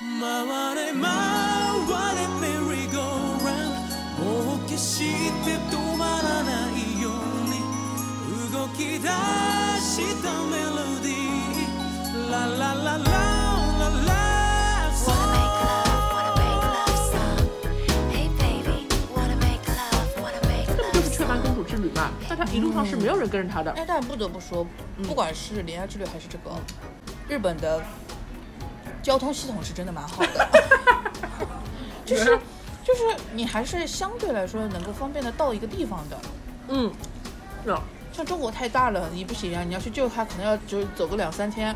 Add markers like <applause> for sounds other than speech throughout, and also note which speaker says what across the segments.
Speaker 1: 回れ回れメリーゴーランドもう決して止まらないように動き出したメロディーラララララララ
Speaker 2: Wanna make love, wanna make love song. Hey baby, wanna make love, wanna make
Speaker 3: 这
Speaker 2: love
Speaker 3: 不就是雀斑
Speaker 2: song.
Speaker 3: 公主之旅嘛？但她一路上是没有人跟着她的。
Speaker 4: 哎，但不得不说，
Speaker 3: 嗯
Speaker 4: 不管是《铃芽之旅》还是这个，日本的交通系统是真的蛮好
Speaker 3: <laughs>
Speaker 4: 的， <laughs>
Speaker 3: 啊
Speaker 4: 就是就是你还是相对来说能够方便的到一个地方的。
Speaker 3: 嗯，有，
Speaker 4: 像中国太大了，你不行啊！你要去救它，可能要就走个两三天，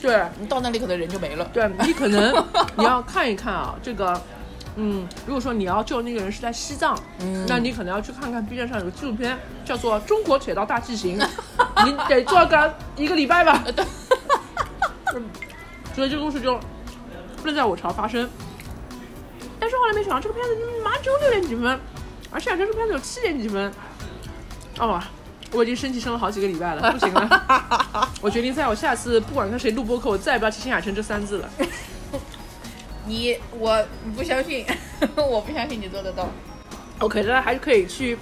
Speaker 3: 对
Speaker 4: 你到那里可能人就没了。
Speaker 3: 对，啊你可
Speaker 4: <laughs>
Speaker 3: 能你要看一看啊，这个。嗯，如果说你要救那个人是在西藏，那你可能要去看看 B 站上有个纪录片，叫做《中国铁道大纪行》， <laughs> 你得做个一个礼拜吧。
Speaker 4: 对
Speaker 3: 嗯所以这个故事就不能在我朝发生。但是后来没想到这个片子妈只有六点几分，而且这个片子有七点几分。哦，我已经生气生了好几个礼拜了，不行了。我决定在我下次不管跟谁录播客，我再也不要提新海诚这三字了。
Speaker 4: 你我不相信， <laughs> 我不相信你做得到。
Speaker 3: OK，大家还是哦可以去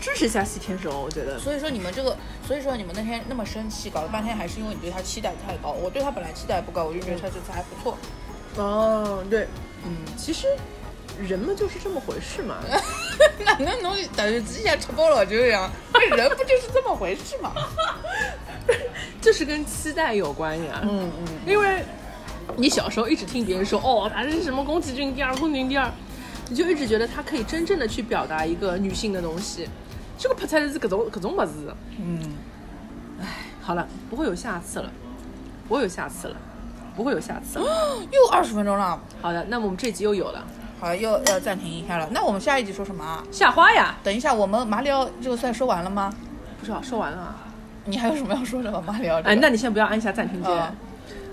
Speaker 3: 支持一下西天手，我觉得。
Speaker 4: 所以说你们这个，所以说你们那天那么生气，搞了半天还是因为你对他期待太高。我对他本来期待不高，我就觉得他这次还不错。
Speaker 3: 哦，对，
Speaker 4: 嗯，
Speaker 3: 其实人嘛就是这么回事 <laughs> 嘛。
Speaker 4: <laughs> 哪能侬突然之间吃饱了就这样？这人不就是这么回事嘛？
Speaker 3: 这是跟期待有关呀。嗯嗯，因为你小时候一直听别人说，哦，反正是什么宫崎骏第二，宫崎骏第二，你就一直觉得他可以真正的去表达一个女性的东西。这个拍出来是各种各种么子。嗯，唉，好了，不会有下次了，不会有下次了，不会有下次 <gasps> 了。
Speaker 4: <laughs> 又二十分钟了，
Speaker 3: 好的，那么我们这集又有了
Speaker 4: 好，又要暂停一下了。那我们下一集说什么啊？
Speaker 3: 夏花呀，
Speaker 4: 等一下，我们马里奥这个算说完了吗？
Speaker 3: 不知道说完了啊。
Speaker 4: 你还有什么要说的吗？马里奥这个、
Speaker 3: 哎，那你先不要按下暂停键。
Speaker 4: 嗯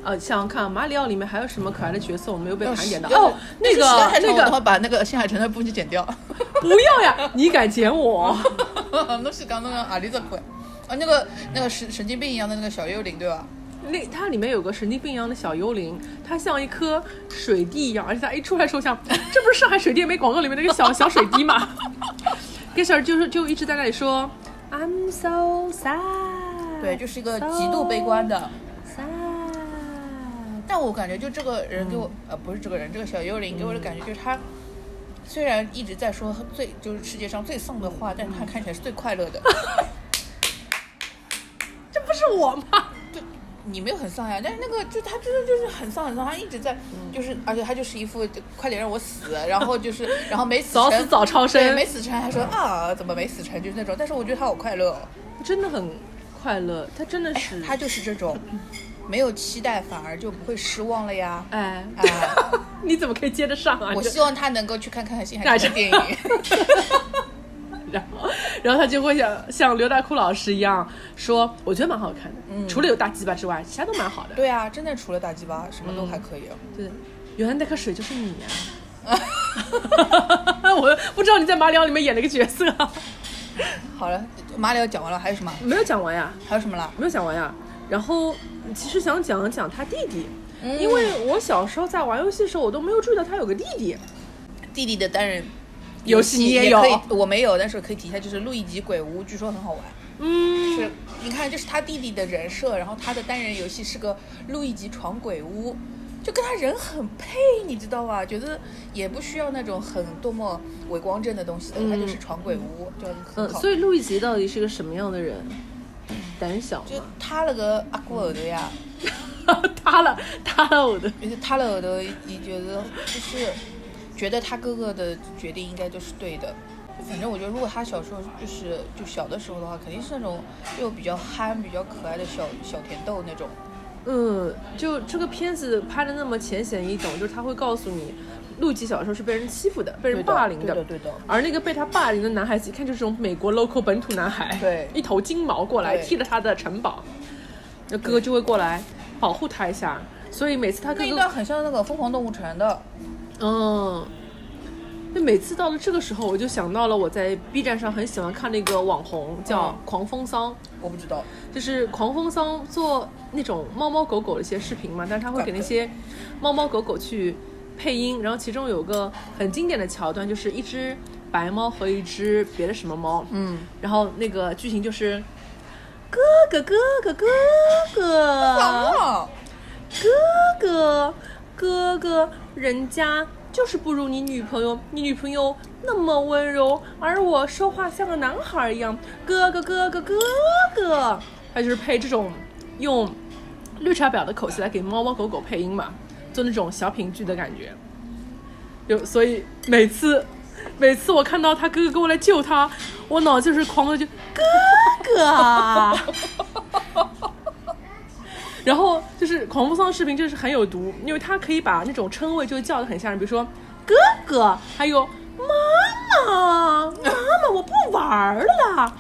Speaker 3: 呃，想想看，马里奥里面还有什么可爱的角色我们没有被
Speaker 4: 要
Speaker 3: 盘点的？
Speaker 4: 要
Speaker 3: 哦，那
Speaker 4: 时间太
Speaker 3: 个那
Speaker 4: 长我等
Speaker 3: 个
Speaker 4: 会，把那个新海诚的布局剪掉。 <laughs>
Speaker 3: 不要呀！你敢剪 <laughs> 我？
Speaker 4: 侬是讲那个阿里只鬼，啊，那个那个神神经病一样的那个小幽灵对吧？
Speaker 3: 那它里面有个神经病一样的小幽灵，它像一颗水滴一样，而且它一出来的时候像，这不是上海水电煤广告里面那个小小水滴 <laughs> 吗？跟小就是就一直在那里说 I'm so sad，
Speaker 4: 对，就是一个极度悲观
Speaker 3: 哦
Speaker 4: 的。
Speaker 3: sad。
Speaker 4: 但我感觉就这个人给我，
Speaker 3: 嗯
Speaker 4: 呃，不是这个人，这个小幽灵给我的感觉就是他。虽然一直在说最就是世界上最丧的话，但是他看起来是最快乐的。
Speaker 3: 嗯
Speaker 4: <laughs>
Speaker 3: 这不是我吗？
Speaker 4: 就你没有很丧呀，但是那个就他真的就是很丧很丧，他一直在
Speaker 3: 嗯
Speaker 4: 就是，而且他就是一副就快点让我死，然后就是然后没死
Speaker 3: 早
Speaker 4: 成
Speaker 3: 死早超
Speaker 4: 对，
Speaker 3: 生
Speaker 4: 没，死成还说啊怎么没死成就是那种，但是我觉得他好快乐、哦。
Speaker 3: 真的很快乐。他真的是，
Speaker 4: 哎他就是这种没有期待，反而就不会失望了呀。
Speaker 3: 哎， <laughs>
Speaker 4: 啊，
Speaker 3: 你怎么可以接得上 <laughs> 啊？
Speaker 4: 我
Speaker 3: 这
Speaker 4: 希望他能够去看
Speaker 3: <laughs>
Speaker 4: 看新海诚的电影。
Speaker 3: 然后，然后他就会像像刘大库老师一样说，我觉得蛮好看的，除了有大鸡巴之外，其他都蛮好的。
Speaker 4: 对啊，真的除了大鸡巴，什么都还可以。
Speaker 3: 对，原来那颗水就是你 <laughs> 啊！我不知道你在马里奥里面演了个角色，
Speaker 4: 好了，马里奥讲完了，还有什么？
Speaker 3: 没有讲完呀，
Speaker 4: 还有什么啦？
Speaker 3: 没有讲完呀。然后其实想讲一讲他弟弟，
Speaker 4: 嗯
Speaker 3: 因为我小时候在玩游戏的时候，我都没有注意到他有个弟弟。
Speaker 4: 弟弟的单人
Speaker 3: 游戏你
Speaker 4: 也
Speaker 3: 有
Speaker 4: 可？以，我没有，但是我可以提一下，就是《路易吉鬼屋》，据说很好玩。
Speaker 3: 嗯，
Speaker 4: 是，你看，这是他弟弟的人设，然后他的单人游戏是个路易吉闯鬼屋，就跟他人很配，你知道吧？觉得也不需要那种很多么伪光正的东西的，他就是闯鬼屋，就很
Speaker 3: 嗯，
Speaker 4: 好。
Speaker 3: 所以路易吉到底是个什么样的人？胆小
Speaker 4: 就塌了个阿哥后头呀，
Speaker 3: 吗？ <laughs> 塌了，塌了我的。
Speaker 4: 就是塌了后头，你觉得就是觉得他哥哥的决定应该就是对的。反正我觉得，如果他小时候就是就小的时候的话，肯定是那种又比较憨、比较可爱的小小甜豆那种。
Speaker 3: 嗯，就这个片子拍的那么浅显易懂，就是他会告诉你，陆琪小时候是被人欺负的，被人霸凌
Speaker 4: 对的，对的。
Speaker 3: 而那个被他霸凌的男孩子，一看就是这种美国 local 本土男孩，
Speaker 4: 对
Speaker 3: 一头金毛过来
Speaker 4: 对
Speaker 3: 剃了他的城堡，那哥就会过来保护他一下。所以每次他
Speaker 4: 那
Speaker 3: 哥
Speaker 4: 一
Speaker 3: 哥
Speaker 4: 段很像那个《疯狂动物城》的，
Speaker 3: 嗯，就每次到了这个时候，我就想到了我在 B 站上很喜欢看那个网红叫
Speaker 4: 嗯
Speaker 3: 狂风桑，
Speaker 4: 我不知道，
Speaker 3: 就是狂风桑做那种猫猫狗狗的一些视频嘛，但是他会给那些猫猫狗狗去配音，然后其中有个很经典的桥段，就是一只白猫和一只别的什么猫，
Speaker 4: 嗯，
Speaker 3: 然后那个剧情就是哥哥哥哥哥哥
Speaker 4: 哦，
Speaker 3: 哥哥哥哥，人家就是不如你女朋友，你女朋友那么温柔，而我说话像个男孩一样，哥哥哥哥哥哥，他就是配这种用绿茶婊的口气来给猫猫狗狗配音嘛，做那种小品剧的感觉。有，所以每次每次我看到他哥哥过来救他，我脑子就是狂的就哥哥。啊 <laughs> 然后就是狂风丧视频，真的是很有毒，因为他可以把那种称谓就叫的很吓人，比如说哥哥，还有妈妈，妈妈，我不玩儿了啦，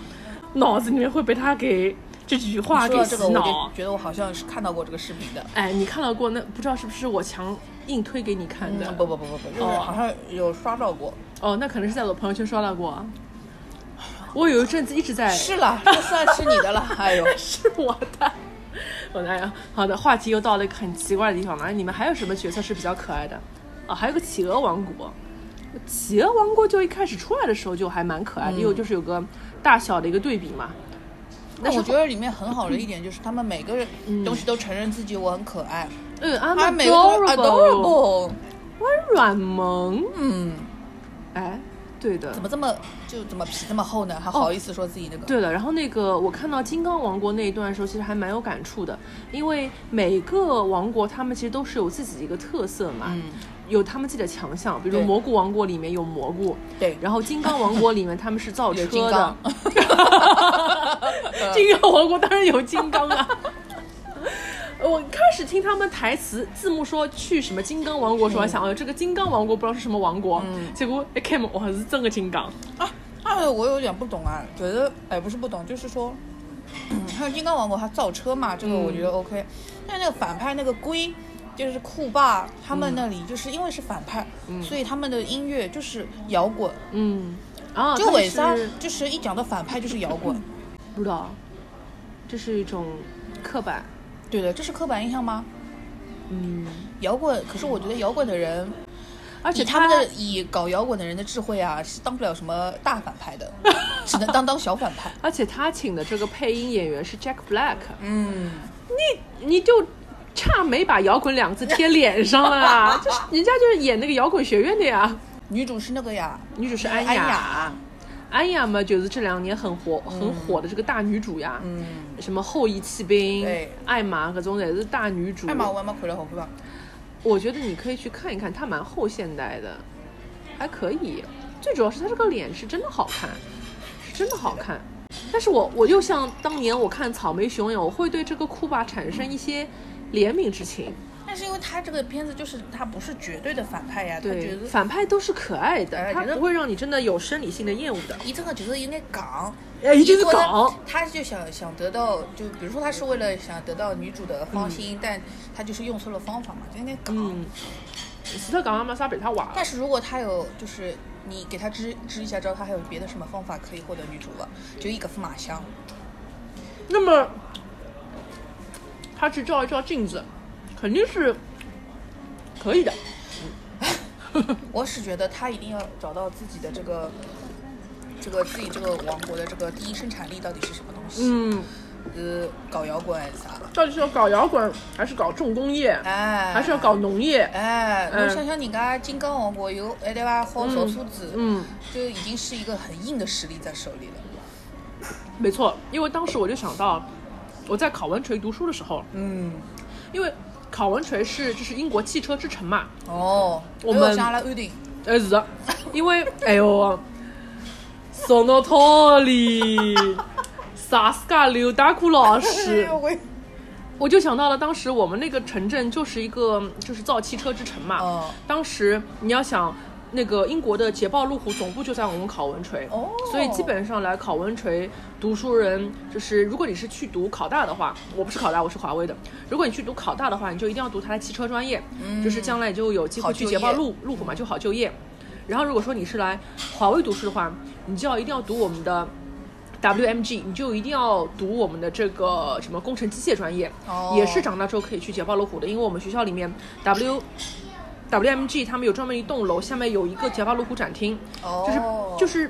Speaker 3: 脑子里面会被他给这几句话
Speaker 4: 说
Speaker 3: 给
Speaker 4: 到
Speaker 3: 洗
Speaker 4: 这个，我
Speaker 3: 脑
Speaker 4: 就。觉得我好像是看到过这个视频的。
Speaker 3: 哎，你看到过那不知道是不是我强硬推给你看的？
Speaker 4: 嗯，不不不不不，就是
Speaker 3: 哦
Speaker 4: 好像有刷到过。
Speaker 3: 哦，那可能是在我朋友圈刷到
Speaker 4: <laughs>
Speaker 3: 过。我有一阵子一直在
Speaker 4: 是了，这算是你的了。哎呦，
Speaker 3: <laughs> 是我的，我的呀。好的，话题又到了一个很奇怪的地方了。你们还有什么角色是比较可爱的？啊，还有个企鹅王国。企鹅王国就一开始出来的时候就还蛮可
Speaker 4: 嗯
Speaker 3: 爱的，因为就是有个大小的一个对比嘛。
Speaker 4: 那
Speaker 3: 但是
Speaker 4: 我觉得里面很好的一点就是，他们每个人东西都承认自己我很可爱，
Speaker 3: 嗯
Speaker 4: 他
Speaker 3: ，I'm
Speaker 4: 每个都
Speaker 3: adorable，
Speaker 4: adorable。
Speaker 3: 温软萌。
Speaker 4: 嗯，
Speaker 3: 哎，对的
Speaker 4: 怎。么这么就怎么皮这么厚呢？还好意思说自己那个？
Speaker 3: 对的，然后那个我看到金刚王国那一段的时候，其实还蛮有感触的，因为每个王国他们其实都是有自己的一个特色嘛，
Speaker 4: 嗯，
Speaker 3: 有他们自己的强项，比如说
Speaker 4: 对
Speaker 3: 蘑菇王国里面有蘑菇，
Speaker 4: 对，
Speaker 3: 然后金刚王国里面他们是造车
Speaker 4: 有金
Speaker 3: 的
Speaker 4: 刚，
Speaker 3: <laughs> 金刚王国当然有金刚啊。 <laughs> 我开始听他们台词字幕说去什么金刚王国的时候，我还想，哦，这个金刚王国不知道是什么王国，
Speaker 4: 嗯
Speaker 3: 结果哎一看嘛，哇，是真的金刚，
Speaker 4: 啊，那个我有点不懂啊，觉得哎不是不懂，就是说， <clears throat> 嗯，还有金刚王国他造车嘛，这个
Speaker 3: 嗯
Speaker 4: 我觉得 OK，、但那个反派那个龟。就是酷爸他们那里，就是因为是反派，所以他们的音乐就是摇滚。
Speaker 3: 嗯，啊，
Speaker 4: 就尾
Speaker 3: 他
Speaker 4: 三
Speaker 3: 们是
Speaker 4: 就是一讲到反派就是摇滚。
Speaker 3: 不知道，这是一种刻板，
Speaker 4: 对的，这是刻板印象吗？
Speaker 3: 嗯，
Speaker 4: 摇滚，可是我觉得摇滚的人，
Speaker 3: 而且
Speaker 4: 以他们的以搞摇滚的人的智慧啊，是当不了什么大反派的， <laughs> 只能当当小反派。
Speaker 3: 而且他请的这个配音演员是 Jack Black，
Speaker 4: 嗯，
Speaker 3: 你就差没把摇滚两个字贴脸上了
Speaker 4: <laughs>
Speaker 3: 啊，就是人家就是演那个摇滚学院的呀。
Speaker 4: 女主是那个呀，
Speaker 3: 女主是
Speaker 4: 安
Speaker 3: 安雅，安雅哎嘛就是这两年很火很火的这个大女主呀，
Speaker 4: 嗯，
Speaker 3: 什么后羿弃兵
Speaker 4: 对、
Speaker 3: 艾玛搿种侪是大女主。
Speaker 4: 艾玛我艾玛回来好看吧？
Speaker 3: 我觉得你可以去看一看，她蛮后现代的，还可以。最主要是她这个脸是真的好看，是真的好看。但是我我又像当年我看草莓熊一样，我会对这个酷爸产生一些怜悯之情。
Speaker 4: 但是因为他这个片子就是他不是绝对的反派呀，他觉
Speaker 3: 对，
Speaker 4: 得
Speaker 3: 反派都是可爱
Speaker 4: 哎
Speaker 3: 的，他
Speaker 4: 觉得
Speaker 3: 不会让你真的有生理性的厌恶的。
Speaker 4: 伊这个角色应该港，
Speaker 3: 哎伊这个港
Speaker 4: 伊觉得他就想想得到，就比如说他是为了想得到女主的芳心，但他就是用错了方法嘛，就应该港。
Speaker 3: 嗯，除了港阿玛莎被他娃
Speaker 4: 但是如果他有就是你给他支支一下招，他还有别的什么方法可以获得女主吧？就一个驸马香，
Speaker 3: 那么他去照一照镜子，肯定是可以的。
Speaker 4: 我是觉得他一定要找到自己的这个。这个自己这个王国的这个第一生产力到底是什么东西？
Speaker 3: 嗯，
Speaker 4: 呃，搞摇滚还是啥？
Speaker 3: 到底是要搞摇滚，还是搞重工业，
Speaker 4: 哎，
Speaker 3: 还是要搞农业？
Speaker 4: 哎，侬
Speaker 3: 嗯
Speaker 4: 想想人家金刚王国有哎对伐，好造车子，
Speaker 3: 嗯，
Speaker 4: 就已经是一个很硬的实力在手里了。
Speaker 3: 没错，因为当时我就想到，我在考文垂读书的时候，
Speaker 4: 嗯，
Speaker 3: 因为考文垂是就是英国汽车之城嘛，
Speaker 4: 哦，
Speaker 3: 我
Speaker 4: 哎
Speaker 3: 们
Speaker 4: 想来安定，
Speaker 3: 哎是的，因为哎呦，说到道理，萨斯卡刘大库老
Speaker 4: <laughs>
Speaker 3: 师。
Speaker 4: 哎我也
Speaker 3: 我就想到了当时我们那个城镇就是一个就是造汽车之城嘛。
Speaker 4: 哦
Speaker 3: 当时你要想。那个英国的捷豹路虎总部就在我们考文垂，
Speaker 4: 哦
Speaker 3: 所以基本上来考文垂读书人，就是如果你是去读考大的话，我不是考大，我是华威的。如果你去读考大的话，你就一定要读它的汽车专业，就是将来就有机
Speaker 4: 嗯好
Speaker 3: 会去
Speaker 4: 就
Speaker 3: 捷豹
Speaker 4: 业
Speaker 3: 路路虎嘛，就好就业。然后如果说你是来华为读书的话，你就要一定要读我们的 WMG，你就一定要读我们的这个什么工程机械专业，
Speaker 4: 哦
Speaker 3: 也是长大之后可以去解放罗湖的，因为我们学校里面 W。WMG 他们有专门一栋楼，下面有一个捷豹路虎展厅，就是
Speaker 4: 哦
Speaker 3: 就是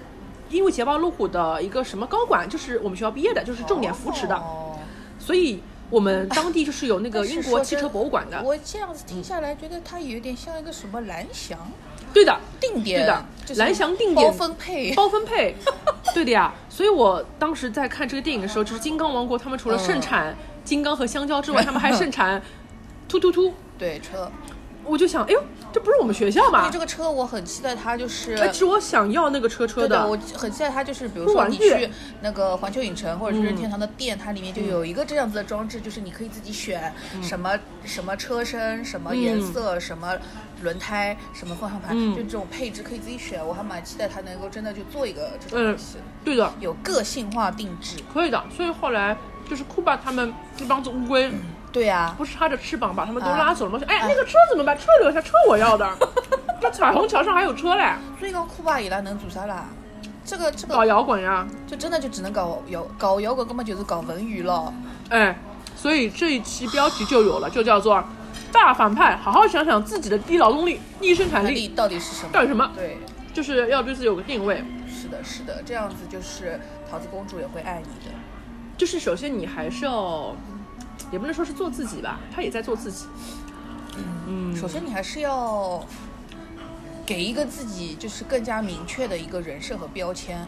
Speaker 3: 因为捷豹路虎的一个什么高管，就是我们学校毕业的，就是重点扶持的，
Speaker 4: 哦
Speaker 3: 所以我们当地就是有那个
Speaker 4: 但是
Speaker 3: 英
Speaker 4: 说
Speaker 3: 国汽
Speaker 4: 真
Speaker 3: 车博物馆的，
Speaker 4: 我这样子听下来，觉得它有点像一个什么蓝翔
Speaker 3: 对的，
Speaker 4: 定点，
Speaker 3: 对的
Speaker 4: 就是
Speaker 3: 蓝翔定
Speaker 4: 包
Speaker 3: 点
Speaker 4: 分配，
Speaker 3: 包分配， <laughs> 对的呀。所以我当时在看这个电影的时候，就是金刚王国，他们除了盛
Speaker 4: 嗯
Speaker 3: 产金刚和香蕉
Speaker 4: <laughs>
Speaker 3: 之外，他们还盛产 <laughs> 突突突。
Speaker 4: 对车。
Speaker 3: 我就想，哎呦，这不是我们学校
Speaker 4: 因为
Speaker 3: 吗
Speaker 4: 这？个车我很期待它就是。
Speaker 3: 哎，其实我想要那个车车
Speaker 4: 对的，我
Speaker 3: 的，
Speaker 4: 很期待它就是，比如
Speaker 3: 不嗯
Speaker 4: 说
Speaker 3: 玩
Speaker 4: 你
Speaker 3: 具
Speaker 4: 去那个环球影城或者是任天堂的店，它里面就
Speaker 3: 嗯
Speaker 4: 有一个这样子的装置，就是你可以自己选什么、什么车身、什么颜色、什么轮胎、什么方向盘，
Speaker 3: 嗯
Speaker 4: 就这种配置可以自己选。我还蛮期待它能够真的就做一个这种
Speaker 3: 嗯
Speaker 4: 东西，
Speaker 3: 对的，
Speaker 4: 有个性化定制。
Speaker 3: 可以的。所以后来就是库巴他们这帮子乌龟，
Speaker 4: 对啊呀、
Speaker 3: 不是插着翅膀把他们都
Speaker 4: 嗯啊
Speaker 3: 拉走了吗？说哎，那个车怎么办？车留下，车我要
Speaker 4: <laughs>
Speaker 3: 的。这彩虹桥上还有车嘞，
Speaker 4: 所以讲库巴伊拉能做啥啦？这个这
Speaker 3: 搞
Speaker 4: 个
Speaker 3: 摇滚呀，
Speaker 4: 就真的就只能搞摇搞摇滚，根本就是搞文娱了。
Speaker 3: 哎，所以这一期标题就有了，就叫做“大反派好好想想自己的低劳动力、低生产
Speaker 4: 那
Speaker 3: 力
Speaker 4: 力到底是什么？
Speaker 3: 到底什么
Speaker 4: 对，”，
Speaker 3: 就是要对自己有个定位。
Speaker 4: 是的，是的，这样子就是桃子公主也会爱你的。
Speaker 3: 就是首先你还是要，也不能说是做自己吧，他也在做自己。
Speaker 4: 首先，你还是要给一个自己就是更加明确的一个人设和标签。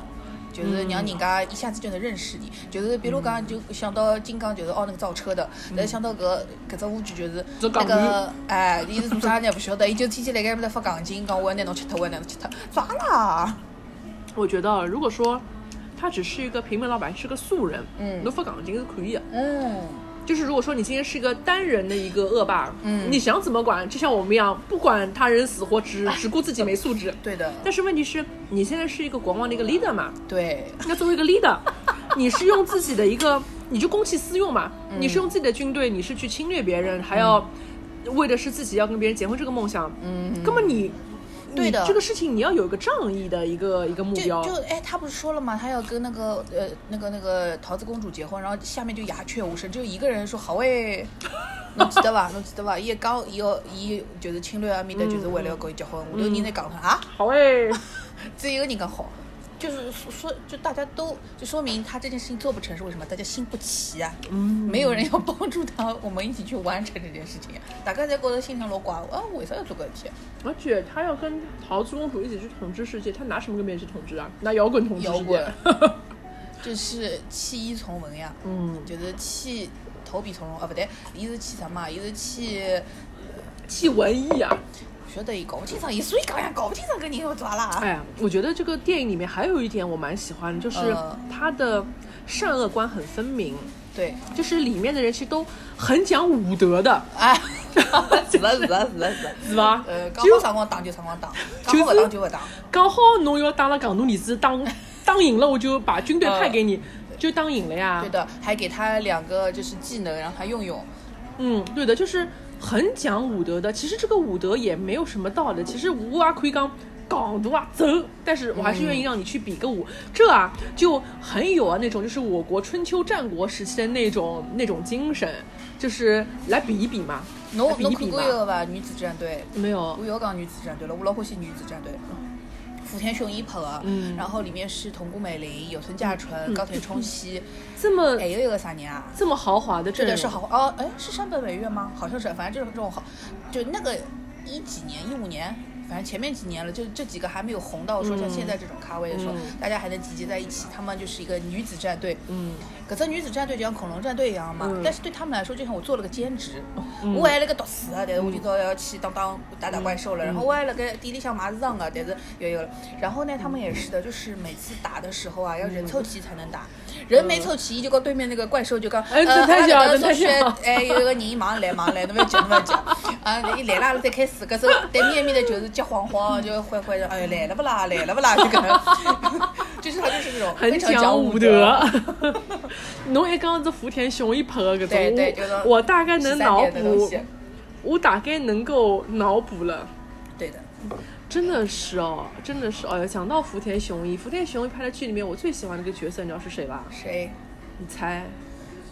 Speaker 4: 就是让人家一下子就能认识你，就是比如讲，就想到金刚，就是哦那个造车的，但想到搿搿只乌龟，就是
Speaker 3: 做
Speaker 4: 那
Speaker 3: 港
Speaker 4: 个 <laughs> 哎，伊是做啥呢？不晓得，伊就天天辣盖面搭发钢筋，讲我要拿侬吃脱，我要拿侬吃脱，抓啦！
Speaker 3: 我觉得如果说他只是一个平民老百姓，是个素人，
Speaker 4: 嗯
Speaker 3: 侬发港金是可以的。啊
Speaker 4: 嗯，
Speaker 3: 就是如果说你今天是一个单人的一个恶霸，
Speaker 4: 嗯
Speaker 3: 你想怎么管，就像我们一样，不管他人死活，只只顾自己没素质。
Speaker 4: 对的，
Speaker 3: 但是问题是，你现在是一个国王的一个 leader 嘛，
Speaker 4: 对，
Speaker 3: 那作为一个 leader，你是用自己的一个，你就公器私用嘛，
Speaker 4: 嗯
Speaker 3: 你是用自己的军队，你是去侵略别人，还要为的是自己要跟别人结婚这个梦想，
Speaker 4: 嗯，
Speaker 3: 根本你。
Speaker 4: 对的
Speaker 3: 你这个事情你要有一个仗义的一个一个目
Speaker 4: 就
Speaker 3: 标，
Speaker 4: 就哎，他不是说了吗？他要跟那个呃那个那个桃子公主结婚，然后下面就鸦雀无声，只有一个人说好
Speaker 3: <laughs>
Speaker 4: 哎，侬记得伐？侬记得伐？伊也讲伊要伊就是侵略阿面
Speaker 3: 嗯
Speaker 4: 的，就是为了要跟伊结婚，下头人在讲他啊，
Speaker 3: 好哎，
Speaker 4: 只有一个人讲好，就是说说就大家都就说明他这件事情做不成是为什么？大家心不齐啊，
Speaker 3: 嗯，
Speaker 4: <laughs> 没有人要帮助他，我们一起去完成这件事情，啊大家在觉得心肠老怪，啊，为啥要做搿事体？
Speaker 3: 而且他要跟桃子公主一起去统治世界，他拿什么跟别人去统治啊？拿摇滚统治世界
Speaker 4: 摇滚，就是弃医从文呀。
Speaker 3: 嗯，
Speaker 4: 就是去投笔从戎啊，不对，伊是去什么？啊伊是去
Speaker 3: 既文艺啊。
Speaker 4: 不晓得伊搞不清爽，伊所以讲呀，搞不清爽搿人要抓啊啦。
Speaker 3: 哎呀，我觉得这个电影里面还有一点我蛮喜欢的，就是
Speaker 4: 嗯
Speaker 3: 他的善恶观很分明，
Speaker 4: 对， <laughs>
Speaker 3: 就是里面的人其实都很讲武德的，
Speaker 4: 哎，是了是了是
Speaker 3: <laughs>
Speaker 4: 了是了。
Speaker 3: 是吧？
Speaker 4: 呃，讲好
Speaker 3: 就
Speaker 4: 啥光打就啥光打，
Speaker 3: <laughs> 就
Speaker 4: 讲好勿
Speaker 3: 是
Speaker 4: 打就勿打。
Speaker 3: 刚好侬要当了港奴，你是当当赢了，我就把军队派给你，就当赢了呀
Speaker 4: 对。的，还给他两个就是技能让他用用。
Speaker 3: 嗯，对的，就是很讲武德的。其实这个武德也没有什么道理，其实武啊可以讲。港奴啊，走！但是我还是愿意让你去比个武，这啊就很有啊那种就是我国春秋战国时期的那种那种精神，就是来比一比嘛，来
Speaker 4: 侬
Speaker 3: 比
Speaker 4: 侬
Speaker 3: 啊一
Speaker 4: 看
Speaker 3: 比
Speaker 4: 过
Speaker 3: 嘛
Speaker 4: 一。个伐？女子战队，
Speaker 3: 没有
Speaker 4: 我，又要讲女子战队了，我老欢喜女子战队。福田雄一拍的，
Speaker 3: 嗯
Speaker 4: 然后里面是桐谷美玲、有村架纯、高田充
Speaker 3: <laughs>
Speaker 4: 希，
Speaker 3: 这么
Speaker 4: 还有一个啥人啊？
Speaker 3: 这么豪华的阵
Speaker 4: 这个
Speaker 3: 容，
Speaker 4: 是好哦，哎，是山本美月吗？好像是，反正就是这种好，就那个一几年，一五年，反正前面几年了，就这几个还没有红到说像现在这种咖位的时候，
Speaker 3: 嗯
Speaker 4: 大家还能集结在一起，他们就是一个女子战队。
Speaker 3: 嗯，
Speaker 4: 可这女子战队就像恐龙战队一样嘛，
Speaker 3: 嗯
Speaker 4: 但是对他们来说，就像我做了个兼职，
Speaker 3: 嗯
Speaker 4: 我还那个读书啊，但是我今朝要去当当打打怪
Speaker 3: 嗯
Speaker 4: 兽了，然后我还那个店里向买市场的，但是有有了。然后呢，他们也是的，就是每次打的时候啊，要人凑齐才能打，
Speaker 3: 嗯
Speaker 4: 人没凑齐就跟对面那个怪兽就讲，
Speaker 3: <laughs> 哎
Speaker 4: 呃，
Speaker 3: 这太小了
Speaker 4: 阿拉
Speaker 3: 这
Speaker 4: 搿
Speaker 3: 太
Speaker 4: 同学
Speaker 3: 小了
Speaker 4: 哎，有一个人忙来忙来，侬勿要急，侬勿要
Speaker 3: <laughs>
Speaker 4: 急。啊，伊来了，阿拉再开始。搿时候对面面的就是急慌
Speaker 3: <laughs>
Speaker 4: 慌，就欢欢的，哎，来了不啦，来了不啦，就搿能， <laughs> 就是他就是这种
Speaker 3: 很
Speaker 4: 非常
Speaker 3: 讲
Speaker 4: 武
Speaker 3: 武德。 <laughs> 侬一讲这福田雄一拍的搿
Speaker 4: 对对就
Speaker 3: 种
Speaker 4: 是，
Speaker 3: 我我大概能
Speaker 4: 13
Speaker 3: 脑
Speaker 4: 点的东
Speaker 3: 补
Speaker 4: 西，
Speaker 3: 我大概能够脑补了。
Speaker 4: 对的，
Speaker 3: 真的是哦，真的是哦。呀，讲到福田雄一，福田雄一拍的剧里面，我最喜欢的一个角色，你知道是谁吧？
Speaker 4: 谁？
Speaker 3: 你猜，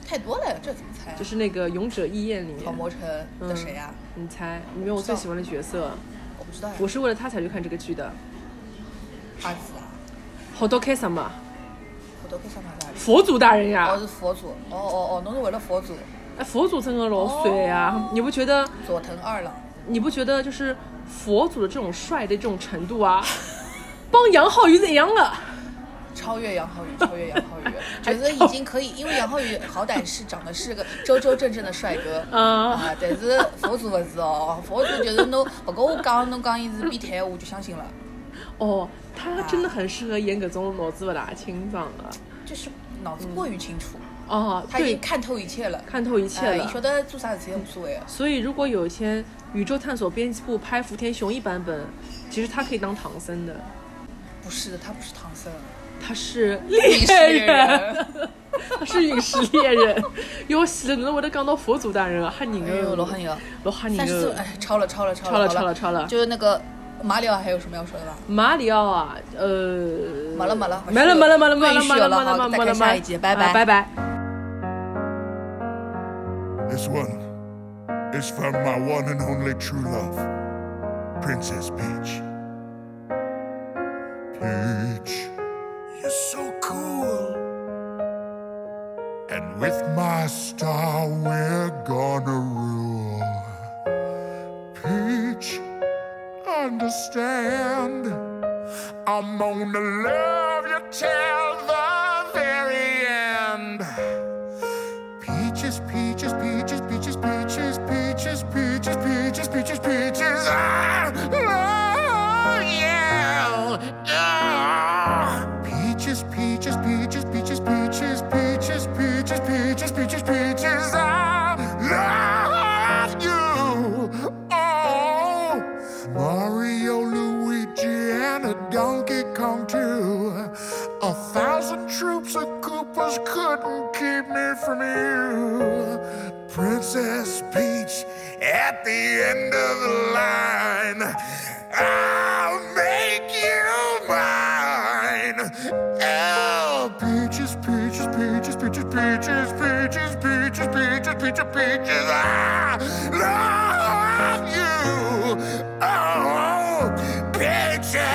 Speaker 4: 太多了，这怎么猜啊？
Speaker 3: 就是那个《勇者义彦》里
Speaker 4: 草
Speaker 3: 面，嗯
Speaker 4: 魔城的谁啊？
Speaker 3: 你猜里面我最喜欢的角色，
Speaker 4: 我不知道呀。
Speaker 3: 我嗯是为了他才去看这个剧的。
Speaker 4: 阿紫啊，
Speaker 3: 好多 K 什么？
Speaker 4: 我都会上马大人。
Speaker 3: 佛祖大人呀
Speaker 4: 哦，，是佛祖。哦哦哦，侬是为了佛祖。
Speaker 3: 哎，佛祖真的
Speaker 4: 哦
Speaker 3: 老帅呀！你不觉得？
Speaker 4: 佐藤二郎。
Speaker 3: 你不觉得就是佛祖的这种帅的这种程度
Speaker 4: <laughs>
Speaker 3: 啊，帮杨浩宇怎样啊了？
Speaker 4: 超越杨
Speaker 3: <laughs>
Speaker 4: 浩宇，超越杨浩宇，觉得已经可以，因为杨浩宇好歹是长得是个周周正正的帅哥，
Speaker 3: <laughs> 嗯
Speaker 4: 啊，但是佛祖不是哦， <laughs> 佛祖就是侬不跟我讲，侬讲伊是变态，我就相信了，
Speaker 3: 哦，他真的很适合演各种脑子不大清爽的。
Speaker 4: 就是脑子过于清楚，
Speaker 3: 啊哦，
Speaker 4: 他已
Speaker 3: 对
Speaker 4: 经，看透一切了，
Speaker 3: 看透一切
Speaker 4: 哎，伊
Speaker 3: 了
Speaker 4: 晓。得做啥事体也无所谓，啊
Speaker 3: 所以，如果有一天宇宙探索编辑部拍福田雄一版本，其实他可以当唐僧的，
Speaker 4: 不是的，他不是唐僧，啊
Speaker 3: <laughs> 他是
Speaker 4: 你是
Speaker 3: 猎人，， <laughs>
Speaker 4: 啊
Speaker 3: 他是陨石猎
Speaker 4: <laughs>
Speaker 3: 人。哟西，侬会得讲到佛祖大人啊，吓人
Speaker 4: 哎
Speaker 3: 哦
Speaker 4: 呦，老吓，人了，
Speaker 3: 老吓
Speaker 4: 但是
Speaker 3: 人
Speaker 4: 这
Speaker 3: 哦。
Speaker 4: 哎，超了，超了，超
Speaker 3: 超了
Speaker 4: 了，
Speaker 3: 超
Speaker 4: 超
Speaker 3: 了超了
Speaker 4: 就是那个马里奥还有什么要说的吧？
Speaker 3: 马里奥啊，呃，
Speaker 4: 没了没了
Speaker 3: 没了没了没了没了
Speaker 4: 退
Speaker 3: 没
Speaker 4: 休
Speaker 3: 了
Speaker 4: 了
Speaker 3: 没了没了
Speaker 4: 好
Speaker 3: 没了，
Speaker 4: 再看下一集拜拜
Speaker 3: 啊拜拜。
Speaker 5: This one is from my one and only true love, Princess Peach. Peach, you're so cool. And with my star, we're gonna rule. Peach, understand. I'm gonna love you till the very end. Peaches, peaches, peaches, peaches, peaches, peaches, peaches, peaches, peaches, peaches. Ah! Oh, yeah! Ah! Peaches, peaches, peaches, peaches, peaches, peaches, peaches, peaches, peaches, peaches. I love you. Oh, Mario, Luigi, and a Donkey Kong too. A thousand troops of Koopas couldn't keep me from you. Princess Peach at the end of the line. I'll make you mine. Oh, peaches, peaches, peaches, peaches, peaches, peaches, peaches, peaches, peaches, peaches. Ah! I love you. Oh, peaches.